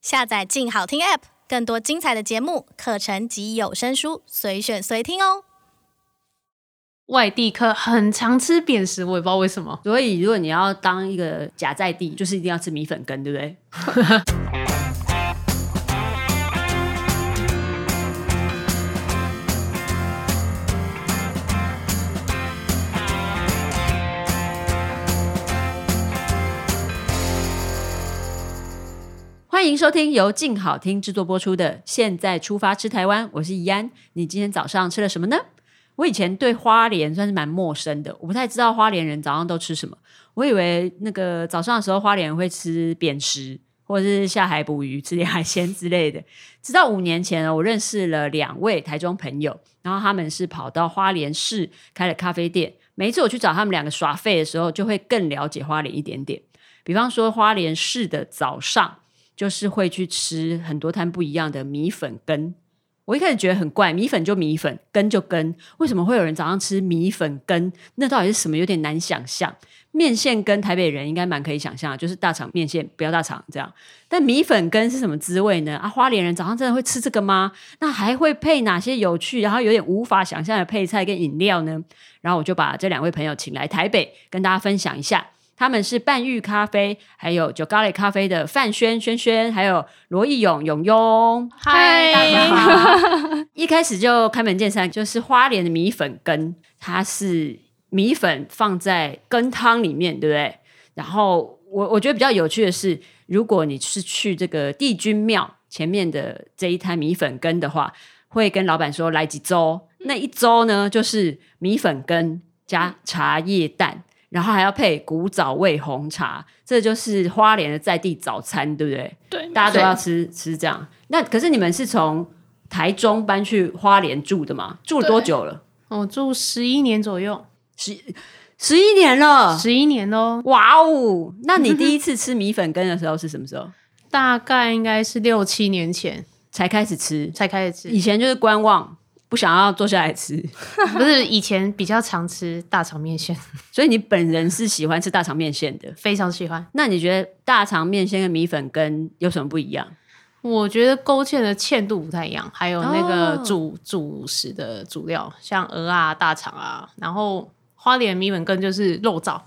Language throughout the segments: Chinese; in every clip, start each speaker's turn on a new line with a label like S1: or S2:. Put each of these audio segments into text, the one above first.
S1: 下载“静好听 ”App，更多精彩的节目、课程及有声书，随选随听哦。
S2: 外地客很常吃扁食，我也不知道为什么。
S3: 所以如果你要当一个假在地，就是一定要吃米粉羹，对不对？ 欢迎收听由静好听制作播出的《现在出发吃台湾》，我是怡安。你今天早上吃了什么呢？我以前对花莲算是蛮陌生的，我不太知道花莲人早上都吃什么。我以为那个早上的时候，花莲人会吃扁食，或者是下海捕鱼、吃点海鲜之类的。直到五年前哦呢，我认识了两位台中朋友，然后他们是跑到花莲市开了咖啡店。每一次我去找他们两个耍废的时候，就会更了解花莲一点点。比方说，花莲市的早上就是会去吃很多摊不一样的米粉羹。我一开始觉得很怪，米粉就米粉，羹就羹，为什么会有人早上吃米粉羹？那到底是什么？有点难想象。面线跟台北人应该蛮可以想象的，就是大肠面线，不要大肠这样。但米粉羹是什么滋味呢？啊，花莲人早上真的会吃这个吗？那还会配哪些有趣，然后有点无法想象的配菜跟饮料呢？然后我就把这两位朋友请来台北，跟大家分享一下。他们是半玉咖啡，还有酒咖喱咖啡的范轩、轩轩，还有罗义勇、勇勇。
S2: 嗨，大家好。
S3: 一开始就开门见山，就是花莲的米粉羹，它是米粉放在羹汤里面，对不对？然后我我觉得比较有趣的是，如果你是去这个帝君庙前面的这一摊米粉羹的话，会跟老板说来几粥，那一粥呢就是米粉羹加茶叶蛋。然后还要配古早味红茶，这就是花莲的在地早餐，对不对？
S2: 对，
S3: 大家都要吃吃这样。那可是你们是从台中搬去花莲住的嘛？住了多久了？
S2: 我住十一年左右，
S3: 十一年了。
S2: 十一年喽，
S3: 哇哦！那你第一次吃米粉羹的时候是什么时候？
S2: 大概应该是六七年前
S3: 才开始吃？
S2: 才开始吃
S3: 以，前就是观望，不想要坐下来 吃。
S2: 不是以前比较常吃大肠面线，
S3: 所以你本人是喜欢吃大肠面线的。
S2: 非常喜欢。
S3: 那你觉得大肠面线跟米粉羹有什么不一样？
S2: 我觉得勾芡的芡度不太一样，还有那个
S3: 哦
S2: 主、主食的主料，像鹅啊、大肠啊，然后花莲米粉羹就是肉燥，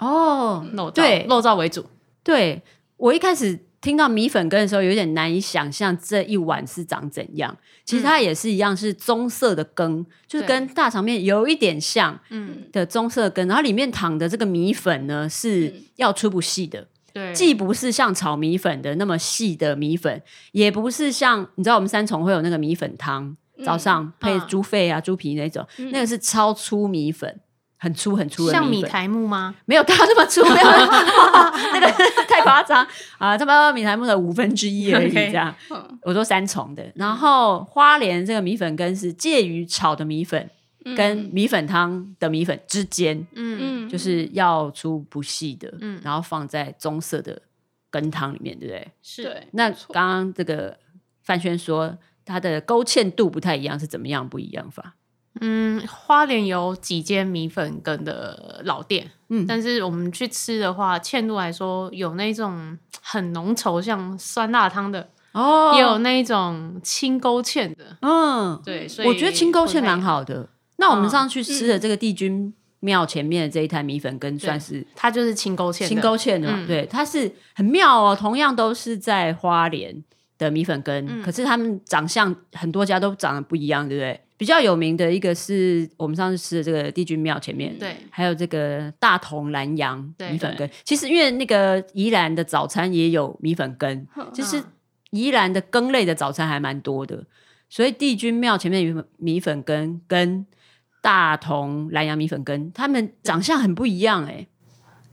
S3: 哦，
S2: 肉燥
S3: 对
S2: 肉燥为主，
S3: 对我一开始听到米粉羹的时候，有点难以想象这一碗是长怎样。其实它也是一样，是棕色的羹，就是
S2: 对
S3: 跟大肠面有一点像
S2: 嗯，
S3: 的棕色羹，然后里面淌的这个米粉呢是要粗不细的，
S2: 对，
S3: 既不是像炒米粉的那么细的米粉，也不是像你知道我们三重会有那个米粉汤，早上配
S2: 嗯
S3: 猪肺啊、猪皮那种，那个是超粗米粉。很粗很粗的
S2: 像
S3: 米
S2: 米
S3: 粉，
S2: 苔木吗？
S3: 没有到那么粗，没有 那个太夸张啊，差不多米苔木的五分之一而已
S2: OK 嗯
S3: 这样。我说三重的，然后花莲这个米粉羹是介于炒的米粉跟米粉汤的米粉之间，
S2: 嗯，
S1: 嗯，
S3: 就是要粗不细的，
S2: 嗯
S3: 然后放在棕色的羹汤里面，对不对？
S2: 是
S1: 对，
S3: 那刚刚这个范轩说它的勾芡度不太一样，是怎么样不一样法？
S2: 嗯，花莲有几间米粉羹的老店，
S3: 嗯
S2: 但是我们去吃的话，芡度来说有那种很浓稠，像酸辣汤的，
S3: 哦
S2: 也有那种清勾芡的，
S3: 嗯，
S2: 对，所以
S3: 我觉得清勾
S2: 不太
S3: 芡
S2: 一
S3: 蛮
S2: 样，
S3: 好的。那我们
S2: 嗯
S3: 上去吃的这个帝君庙前面的这一摊米粉羹，算是
S2: 它就是清勾芡的，
S3: 清勾芡的嘛？
S2: 嗯
S3: 对，它是很妙哦。同样都是在花莲的米粉羹，
S2: 嗯
S3: 可是他们长相很多家都长得不一样，对不对？比较有名的一个是我们上次吃的这个帝君庙前面，
S2: 对
S3: 还有这个大同南洋
S2: 对
S3: 米粉羹。其实因为那个宜兰的早餐也有米粉 羹，
S2: 嗯
S3: 其实宜兰的羹类的早餐还蛮多的，所以帝君庙前面有米粉羹跟大同南洋米粉羹，他们长相很不一样哎、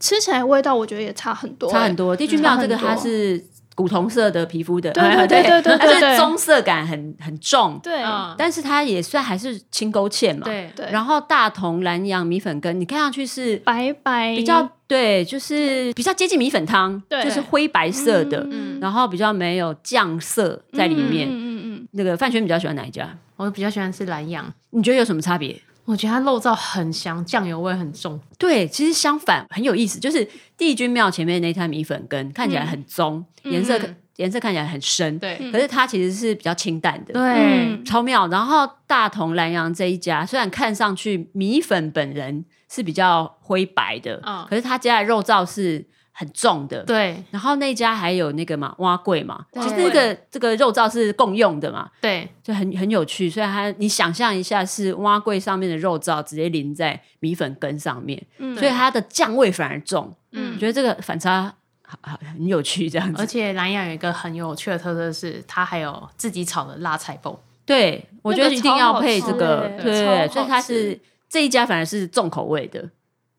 S4: 吃起来味道我觉得也差很多、欸嗯
S3: 差很多。帝君庙这个
S4: 差很多
S3: 它是古铜色的皮肤的，
S4: 对 对对对对对
S3: 它
S4: 对
S3: 是棕色感很很重，
S4: 对，
S2: 嗯，
S3: 但是它也算还是清勾芡嘛。。
S2: 对
S4: 对
S3: 然后大同南洋米粉羹，你看上去是
S4: 白白
S3: 比较对，就是比较接近米粉汤，
S4: 对
S3: 就是灰白色的，
S2: 嗯
S3: 然后比较没有酱色在里面。
S4: 嗯嗯嗯
S3: 那个范轩比较喜欢哪一家？
S2: 我比较喜欢吃蓝洋，
S3: 你觉得有什么差别？
S2: 我觉得它肉燥很香，酱油味很重，
S3: 对，其实
S4: 嗯
S3: 相反很有意思，就是帝君庙前面那摊米粉羹看起来很棕，颜色
S2: 嗯
S3: 颜色看起来很深，
S2: 对
S3: 可是它其实是比较清淡的。
S2: 对，
S4: 嗯
S3: 超妙。然后大同南洋这一家，虽然看上去米粉本人是比较灰白的，
S2: 嗯
S3: 可是他家的肉燥是很重的。。
S2: 对
S3: 然后那家还有那个嘛蛙桂嘛，
S2: 对
S3: 就是那个这个肉燥是共用的嘛，
S2: 对
S3: 就很很有趣。所以它你想象一下，是蛙桂上面的肉燥直接淋在米粉羹上面，
S4: 嗯
S3: 所以它的酱味反而重。
S2: 嗯
S3: 我觉得这个反差好好很有趣，这样子
S2: 而。且南洋有一个很有趣的特色是，它还有自己炒的辣菜包。
S3: 对，我觉得一定要配这
S4: 超好
S3: 个，
S4: 吃
S3: 对，
S4: 欸超好吃
S3: 所以它是这一家反而是重口味的，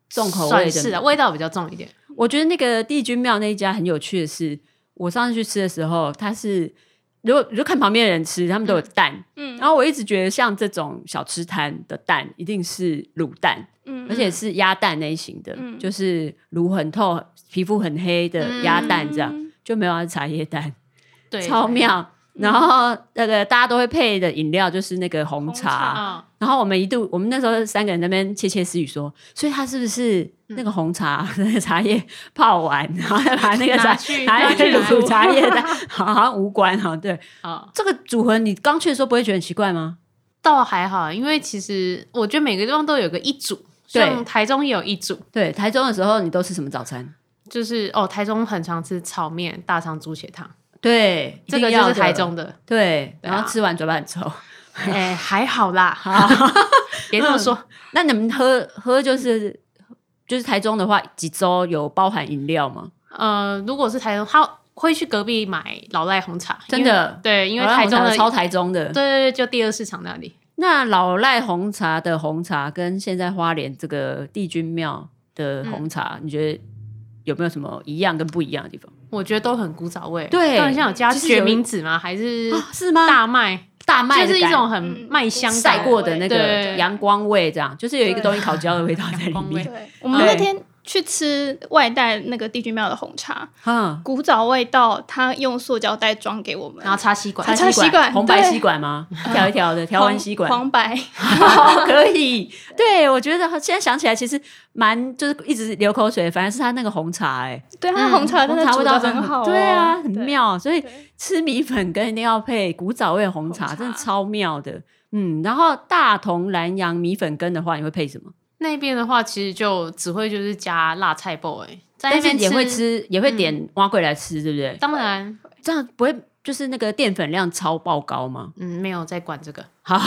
S3: 重口味
S2: 算
S3: 的
S2: 是啊，味道比较重一点。
S3: 我觉得那个帝君庙那一家很有趣的是，我上次去吃的时候，它是如果你就看旁边的人吃，他们都有蛋，
S4: 嗯
S3: 然后我一直觉得像这种小吃摊的蛋一定是卤蛋，
S4: 嗯
S3: 而且是鸭蛋那一型的，
S4: 嗯
S3: 就是卤很透、皮肤很黑的鸭蛋这样，
S4: 嗯
S3: 就没有它是茶叶蛋。
S2: 对，
S3: 超妙。然后那个大家都会配的饮料就是那个红茶，
S4: 嗯红茶
S2: 嗯，
S3: 然后我们一度我们那时候三个人在那边窃窃私语说，所以他是不是那个红茶、 那个茶叶泡完， 然后再把那个茶
S2: 拿去
S3: 茶
S2: 拿去
S3: 叶卤
S2: 煮
S3: 茶叶蛋， 好像无关哈。对，
S2: 啊，
S3: 这个组合你刚去的时候不会觉得很奇怪吗？
S2: 倒还好，因为其实我觉得每个地方都有个一组，
S3: 对
S2: 像台中也有一组，
S3: 对，台中的时候你都吃什么早餐？
S2: 就是哦，台中很常吃炒面、大肠猪血汤，
S3: 对，
S2: 这
S3: 一
S2: 个
S3: 定要
S2: 就是
S3: 的
S2: 台中 的。
S3: 对，
S2: 对啊
S3: 然后吃完嘴巴很臭。
S2: 哎，还好啦， 别
S3: 嗯
S2: 这么说，
S3: 那你们喝喝就是就是台中的话，几周有包含饮料吗？
S2: 呃，如果是台中，他会去隔壁买老赖红茶，
S3: 真的
S2: 因为对，因为
S3: 好像
S2: 台中
S3: 红
S2: 的
S3: 茶超台中的，
S2: 对对对，就第二市场那里，
S3: 那老赖红茶的红茶跟现在花莲这个帝君庙的红茶，你觉得有没有什么一样跟不一样的地方？
S2: 我觉得都很古早味，
S3: 对
S2: 都很像有加
S3: 就是有
S2: 决明子吗？还哦是
S3: 啊是吗
S2: 大麦，
S3: 大麦的
S2: 就是一
S3: 感
S2: 种很
S4: 嗯
S2: 麦香
S4: 很
S3: 晒
S2: 感
S3: 过的那个
S2: 对
S3: 阳光味，这样就是有一个
S4: 对
S3: 东西烤焦的味道在里
S2: 阳光味
S3: 面。
S4: 对，我们那天去吃外带那个帝君庙的红茶，
S3: 嗯，
S4: 古早味道，他用塑胶袋装给我们，
S2: 然后插吸管，
S4: 它
S3: 插
S4: 插吸管
S3: 红白
S4: 对
S3: 吸管吗？一条一条的条纹吸管，
S4: 黄黄白，
S3: 好可以。对，我觉得现在想起来，其实蛮就是一直流口水，反而是它那个红茶、哎，
S4: 对，它红茶
S3: 红
S4: 真的
S3: 茶
S4: 啊煮
S3: 味
S4: 的
S3: 道真的
S4: 很好哦，
S3: 对啊，很
S4: 对。
S3: 妙。所以
S4: 对
S3: 吃米粉跟一定要配古早味红茶，
S4: 红茶
S3: 真的超妙的。嗯，然后大同南洋米粉羹的话，你会配什么？
S2: 那边的话，其实就只会就是加辣菜包哎、在
S3: 但
S2: 那
S3: 是
S2: 边
S3: 也会，吃，也会
S4: 嗯
S3: 点蛙桂来吃，对不对？
S2: 当然，
S3: 这样不会就是那个淀粉量超爆高吗？
S2: 嗯，没有在管这个，
S3: 好，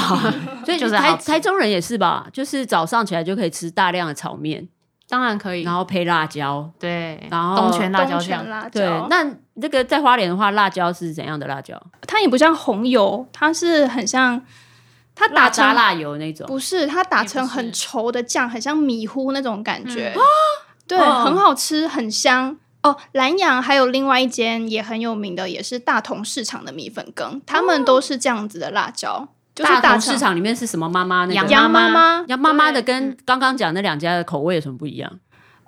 S3: 所以
S2: 就是
S3: 台
S2: 好吃
S3: 台中人也是吧，就是早上起来就可以吃大量的炒面，
S2: 当然
S4: 嗯
S2: 可以
S3: 然。后配辣椒。
S2: 对，
S3: 然后
S2: 东泉辣椒
S4: 东
S2: 酱
S4: 泉，辣
S3: 对
S4: 椒，，
S3: 那那个在花莲的话，辣椒是怎样的辣椒？
S4: 它也不像红油，它是很像，它打
S3: 辣
S4: 成
S3: 渣辣油那种。
S4: 不是，它打成很稠的酱，很像米糊那种感觉。对，
S3: 嗯哦
S4: 很好吃，很香。哦，南洋还有另外一间也很有名的，也是大同市场的米粉羹，他们都是这样子的辣椒，就是
S3: 哦大
S4: 打
S3: 同
S4: 成
S3: 市场里面是什么妈妈那
S2: 羊
S3: 个？
S4: 杨妈
S2: 妈
S4: 妈，
S3: 杨妈妈的
S4: 对嗯
S3: 跟刚刚讲那两家的口味有什么不一样？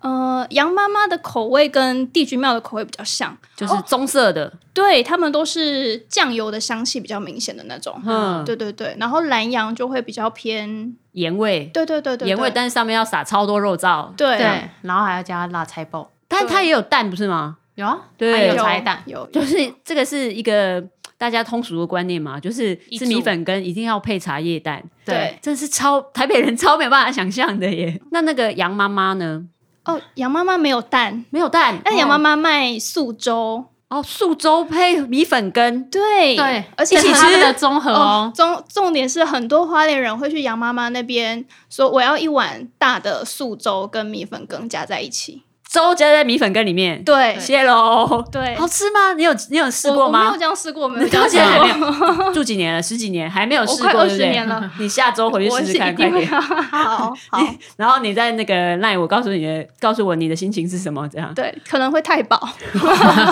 S4: 呃杨妈妈的口味跟帝君庙的口味比较像，
S3: 就是棕色的，
S4: 对他们都是酱油的香气比较明显的那种。
S3: 嗯，
S4: 对对对，然后南洋就会比较偏，
S3: 盐味，
S4: 对对对对对，
S3: 盐味，但是上面要撒超多肉燥，
S4: 对
S2: 对，然后还要加辣菜包，
S3: 但它也有蛋，不是吗？
S2: 有啊，
S3: 对
S2: 还有
S4: 有
S2: 茶叶蛋，
S4: 有
S3: 就
S4: 有
S3: 是这个是一个大家通俗的观念嘛，就是
S2: 一
S3: 吃
S2: 组
S3: 米粉羹一定要配茶叶蛋，
S2: 对
S4: 对，
S3: 真的是超台北人超没有办法想象的耶。那那个杨妈妈呢？
S4: 哦，杨妈妈没有蛋，
S3: 没有蛋，
S4: 但杨妈
S3: 妈
S4: 妈卖素粥，
S3: 哦，素粥配米粉 羹，
S4: 对
S2: 对，
S4: 而且
S2: 这是
S4: 很
S2: 他们的综 合
S4: 哦
S2: 哦，，
S4: 重重点是很多花莲人会去杨妈妈那边说我要一碗大的素粥跟米粉羹加在一起，
S3: 粥加在米粉羹里面，，
S4: 对
S3: 谢喽。
S4: 对，
S3: 好吃吗？你有你有试
S4: 我
S3: 过
S4: 我没有
S3: 吗？
S4: 这样试过，我 没有
S3: 你
S4: 这样
S3: 到
S4: 试
S3: 现在还
S4: 过，
S3: 没有住几年了？十几年还没有试
S4: 哦我快
S3: 过，对不
S4: 20
S3: 对
S4: 年了。
S3: 你下周回去
S4: 我
S3: 试
S4: 是
S3: 试
S4: 一
S3: 看，
S4: 定
S3: 快
S4: 会
S3: 点。
S4: 好好， 好
S3: 然后你在那个赖，我告诉你的，告诉我你的心情是什么？这 样
S4: 对，可能会太饱，啊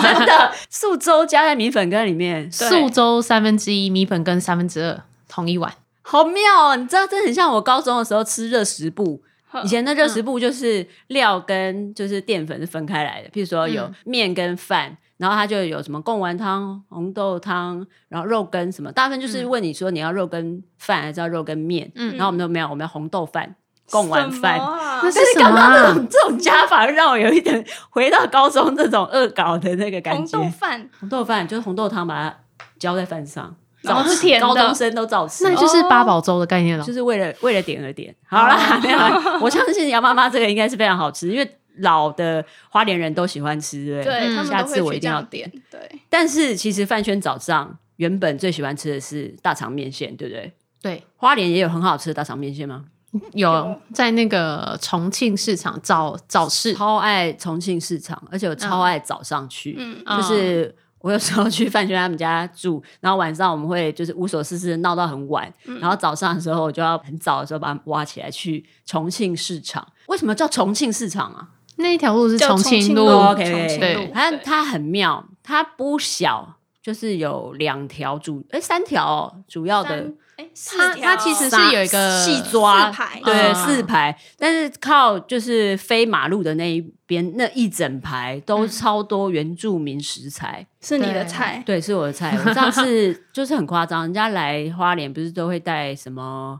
S3: 真的，素粥加在米粉羹里面，
S4: 对
S2: 素粥三分之一，米粉跟三分之二，同一碗，
S3: 好妙哦！你知道，这很像我高中的时候吃热食部。以前的
S4: 嗯
S3: 热食部就是料跟就是淀粉是分开来的，譬如说有
S4: 嗯
S3: 面跟饭，然后它就有什么贡丸汤、红豆汤，然后肉羹
S4: 嗯
S3: 什么，大部分就是问你说你要肉跟饭还是要肉跟面，
S2: 嗯
S3: 然后我们都没有，我们要红豆饭，供晚饭。
S4: 什么啊
S2: 那是
S3: 但是
S2: 什
S3: 刚
S2: 么
S3: 刚这种
S2: 啊？
S3: 这种加法让我有一点回到高中这种恶搞的那个感
S4: 红
S3: 觉。
S4: 豆饭，
S3: 红豆饭就是红豆汤，把它浇在饭上，
S4: 然后是甜
S3: 高中
S4: 的，
S3: 生都照吃
S2: 那。就是八宝粥的概念了
S3: 就。是为了为了点而点。好啦，没有啦，我相信杨妈妈这个应该是非常好吃，因为老的花莲人都喜欢吃，对不对。
S2: 嗯
S4: 对他们
S3: 下
S4: 都
S3: 次我
S4: 会
S3: 一
S4: 去这
S3: 定要
S4: 样点。对，
S3: 但是其实饭圈早上原本最喜欢吃的是大肠面线，对不对？
S2: 对，
S3: 花莲也有很好吃的大肠面线吗？
S2: 有
S4: 有
S2: 在那个重庆市场早早市，
S3: 超爱重庆市场，而且我超爱早上去，
S4: 嗯，
S2: 嗯
S3: 就是。我有时候去范轩他们家住，然后晚上我们会就是无所事事地闹到很晚，
S4: 嗯
S3: 然后早上的时候我就要很早的时候把他们挖起来去重庆市场。为什么叫重庆市场啊？
S2: 那一条路是
S4: 叫
S2: 重
S4: 重庆
S2: 路
S4: 路，
S3: OK，
S4: 重庆
S2: 对
S4: 路
S3: 它
S4: 对
S3: 它很妙，它不小，就是有两条主哎、三条哦、主要的
S4: 三，哎，四
S2: 它
S4: 条
S2: 它其实是有一个
S3: 细抓
S4: 四排
S3: 对、
S2: 嗯
S3: 四排，但是靠就是非马路的那一边那一整排都
S4: 嗯
S3: 超多原住民食材，
S4: 是你的菜，
S3: 对，是我的菜。我上 次就是很夸张，人家来花莲不是都会带什么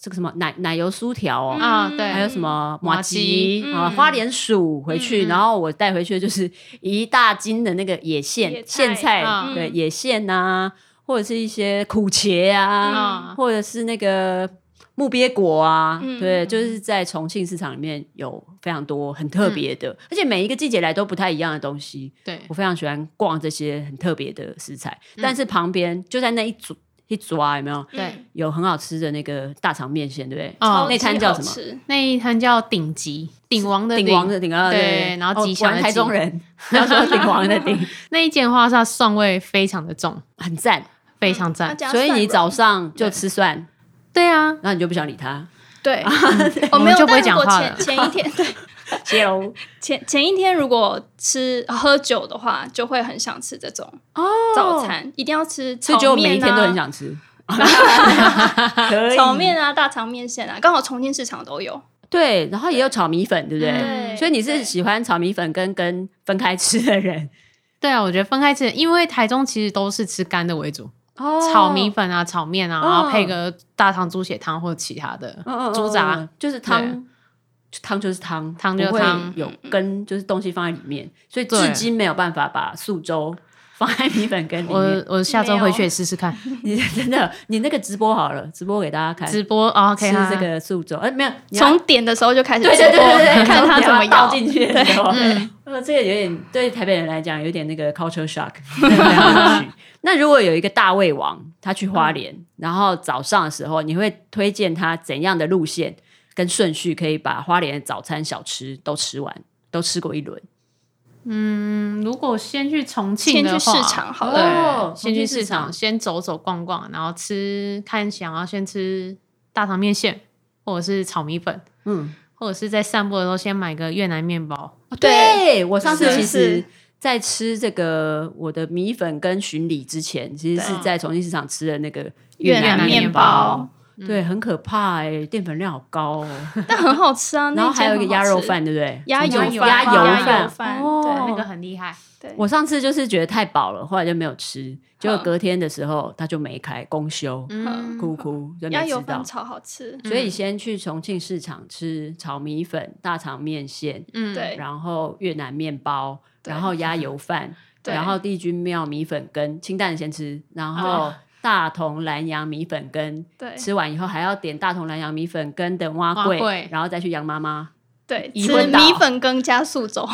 S3: 这个什么奶奶油酥条哦。
S4: 嗯
S2: 啊对
S3: 还有什么
S2: 麻
S3: 马吉
S4: 吉
S3: 啊、
S4: 嗯
S3: 花莲薯回去，
S2: 嗯嗯
S3: 然后我带回去的就是一大斤的那个野苋、
S4: 野菜
S3: 苋菜，
S2: 嗯
S3: 对，野苋啊，或者是一些苦茄
S4: 嗯
S3: 啊，
S2: 啊，
S3: 或者是那个木鳖果啊，
S4: 嗯
S3: 对，就是在重庆市场里面有非常多很特别的，而且每一个季节来都不太一样的东
S2: 嗯
S3: 西。
S2: 对嗯
S3: 我非常喜欢逛这些很特别的食材，但是旁边就在那一组一抓有没有？
S2: 对，
S3: 有很好吃的那个大肠面线，对不对？
S2: 哦
S4: 超
S3: 那
S4: 级
S3: 摊叫
S4: 好
S3: 什么
S4: 吃
S2: 那一摊叫顶级鼎王的
S3: 鼎王的鼎啊，
S2: 对
S3: 对，
S2: 然后
S3: 哦
S2: 吉
S3: 果
S2: 祥
S3: 然
S2: 的
S3: 台
S2: 吉
S3: 中人，要说鼎王的 鼎，
S2: 那一间花煞蒜味非常的重，
S3: 很赞。
S2: 非常
S4: 他
S2: 赞。
S4: 加
S3: 所以
S4: 蒜
S3: 你
S4: 蓉
S3: 早上就吃蒜，
S2: 对啊，
S3: 然后你就不想理他，
S4: 对，
S2: 我
S3: 嗯
S4: 我
S2: 们
S4: 没有
S2: 就不会
S4: 但
S2: 讲
S4: 如果
S2: 话
S4: 前
S2: 了
S4: 前一天对
S3: 谢喽。
S4: 前前一天如果吃喝酒的话，就会很想吃这种
S3: 哦，
S4: 早餐，一定要吃
S3: 所以
S4: 炒
S3: 就每一
S4: 面
S3: 天
S4: 啊
S3: 都很想吃。可以
S4: 炒面啊、大肠面线啊，刚好重庆市场都有。
S3: 对，然后也有炒米粉，对
S2: 嗯
S3: 不对？
S4: 对
S3: 嗯所以你是
S4: 对
S3: 喜欢炒米粉跟跟分开吃的人
S2: 对啊，我觉得分开吃，因为台中其实都是吃干的为主，
S3: 哦
S2: 炒米，粉啊、炒面啊，
S3: 哦
S2: 然后配个大肠猪血汤或者其他的
S3: 嗯嗯嗯
S2: 猪杂
S3: 嗯。就是汤，就汤就是汤，嗯
S2: 汤就是
S3: 不会
S2: 汤
S3: 有跟就是东西放在里面，所以至
S2: 对
S3: 今没有办法把素粥 放在米粉跟里面
S2: 我。我下周
S4: 没有
S2: 回去也试试看
S3: 你真的，你那个直播好了，直播给大家看，
S2: 直播哦，OK
S3: 吃
S2: 啊
S3: 这个素粥，哎，没有，你要
S4: 从点的时候就开 始
S3: 对对
S4: 直
S3: 对
S4: 播
S3: 对对，
S4: 看他
S3: 你要
S4: 怎么
S3: 倒
S4: 咬。
S3: 进去的时候，呃，这个有点对台北人来讲有点那个 culture shock 没有很有趣。 那如果有一个大胃王，他去花莲，然后早上的时候，你会推荐他怎样的路线跟顺序，可以把花莲的早餐小吃都吃完，都吃过一轮？
S2: 嗯，如果先去重庆
S4: 先
S2: 的
S4: 去
S2: 话，
S4: 市场好了，
S3: 哦
S2: 对，先去市
S3: 重庆市场
S2: 场，先走走逛逛，然后吃看想要先吃大肠面线，或者是炒米粉，
S3: 嗯，
S2: 或者是在散步的时候先买个越南面包。
S3: 哦
S4: 对
S3: 对我上次
S4: 是
S3: 其实
S4: 是。
S3: 在吃这个我的米粉跟巡礼之前，其实是
S4: 对
S3: 在重庆市场吃的那个
S4: 越
S2: 南
S3: 南
S2: 面
S3: 面
S4: 包，
S3: 对，很可怕哎、淀粉量好高哦。
S4: 但很好吃啊。
S3: 然后
S4: 那间
S3: 还有一个
S4: 很好
S3: 鸭肉
S4: 吃，
S3: 饭，对不对？
S4: 鸭油
S2: 油
S3: 鸭
S2: 饭
S3: 油
S4: 鸭
S3: 饭
S4: 油。饭，
S3: 哦
S4: 对
S2: 那个很厉害，
S4: 对，
S3: 我上次就是觉得太饱了，后来就没有吃，结
S4: 嗯
S3: 果隔天的时候他就没开，公休，
S2: 嗯，
S3: 哭哭就
S4: 鸭
S3: 没
S4: 油
S3: 吃
S4: 饭
S3: 到。
S4: 超嗯好吃。
S3: 所以先去重庆市场吃炒米粉、大肠面线，
S2: 嗯，
S4: 对
S3: 然后越南面包，
S4: 对
S3: 然后 鸭油饭，
S4: 对
S3: 然后帝君庙米粉羹，清淡先吃，然后大同南洋米粉羹，
S4: 哦对
S3: 吃完以后还要点大同南洋米粉羹的蛙
S2: 蛙
S3: 贵
S2: 粿，
S3: 然后再去杨妈妈。
S4: 对，
S3: 已
S4: 吃
S3: 婚岛
S4: 米粉羹加素 粥，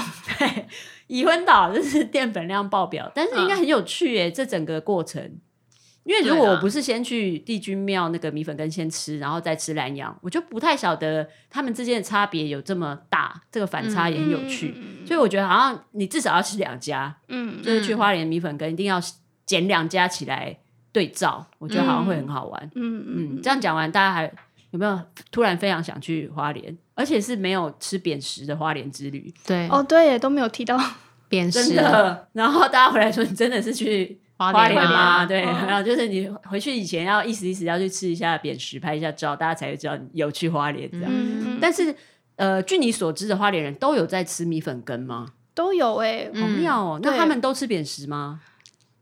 S3: 已婚岛 就是淀粉量爆表，但是应该
S4: 嗯
S3: 很有趣耶、这整个过程。因为如果
S2: 对啊
S3: 我不是先去帝君庙那个米粉羹先吃，然后再吃南洋，我就不太晓得他们之间的差别有这么大，这个反差也很有趣。
S4: 嗯
S3: 所以我觉得好像你至少要吃两家，
S4: 嗯，
S3: 就是去花莲米粉羹一定要捡两家起来对照，我觉得好像会很好玩。
S4: 嗯
S3: 嗯，
S4: 嗯
S3: 这样讲完，大家还有没有突然非常想去花莲，而且是没有吃扁食的花莲之旅？
S2: 对
S4: 嗯，，哦，对耶，都没有提到，
S2: 扁
S3: 真
S2: 食啊
S4: 啊
S3: 的。然后大家回来说，你真的是去花莲啊吗？
S2: 吗？
S3: 对，
S4: 嗯
S3: 然后就是你回去以前要意思意思要去吃一下扁食，拍一下照，大家才会知道你有去花莲这样。
S4: 嗯，嗯
S3: 但是呃，据你所知的花莲人都有在吃米粉羹吗？
S4: 都有 哎，
S3: 好
S2: 嗯
S3: 妙哦！那
S4: 对
S3: 他们都吃扁食吗？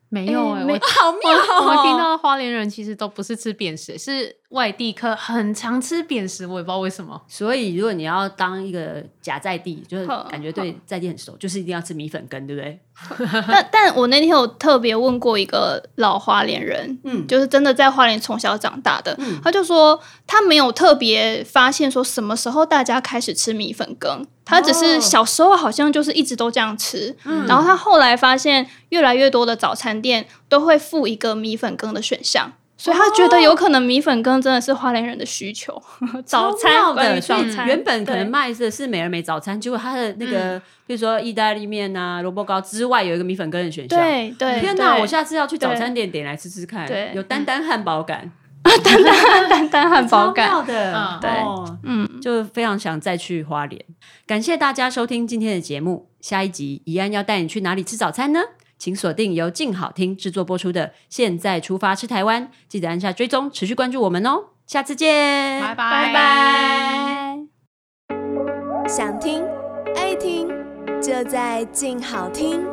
S2: 没有
S4: 诶
S2: 哎，
S4: 没
S2: 我
S3: 好妙
S2: 我们听到花莲人其实都不是吃扁食，是外地客很常吃扁食，我也不知道为什么。
S3: 所以如果你要当一个假在地，就是
S4: 哼
S3: 感觉对在地很熟，就是一定要吃米粉羹，对不对？
S4: 但但我那天有特别问过一个老花莲人，
S3: 嗯
S4: 就是真的在花莲从小长大的，他就说他没有特别发现说什么时候大家开始吃米粉羹，他只
S3: 哦
S4: 是小时候好像就是一直都这样吃，
S3: 嗯
S4: 然后他后来发现越来越多的早餐店都会附一个米粉羹的选项。所以他觉
S3: 哦
S4: 得有可能米粉羹真的是花莲人的需求，早
S3: 超妙
S4: 餐关
S3: 的，
S4: 于
S3: 所
S4: 早
S3: 以
S4: 餐
S3: 原本可能
S4: 对嗯
S3: 卖的是美而美早餐，结果它的那个，比如说意大利面啊、萝卜糕之外，有一个米粉羹的选项。
S4: 对对，
S3: 天哪！
S4: 对
S3: 我下次要去早餐店点来吃吃看
S4: 对，嗯
S3: 有丹丹汉堡感，
S4: 丹丹汉堡 感
S3: 超妙的，
S2: 嗯
S4: 对
S3: 哦
S4: 嗯，
S3: 就非常想再去花莲。感谢大家收听今天的节目，下一集怡安要带你去哪里吃早餐呢？请锁定由静好听制作播出的《现在出发吃台湾》，记得按下追踪，持续关注我们哦。下次见，
S2: 拜拜
S4: 拜拜。
S5: 想听爱听，就在静好听。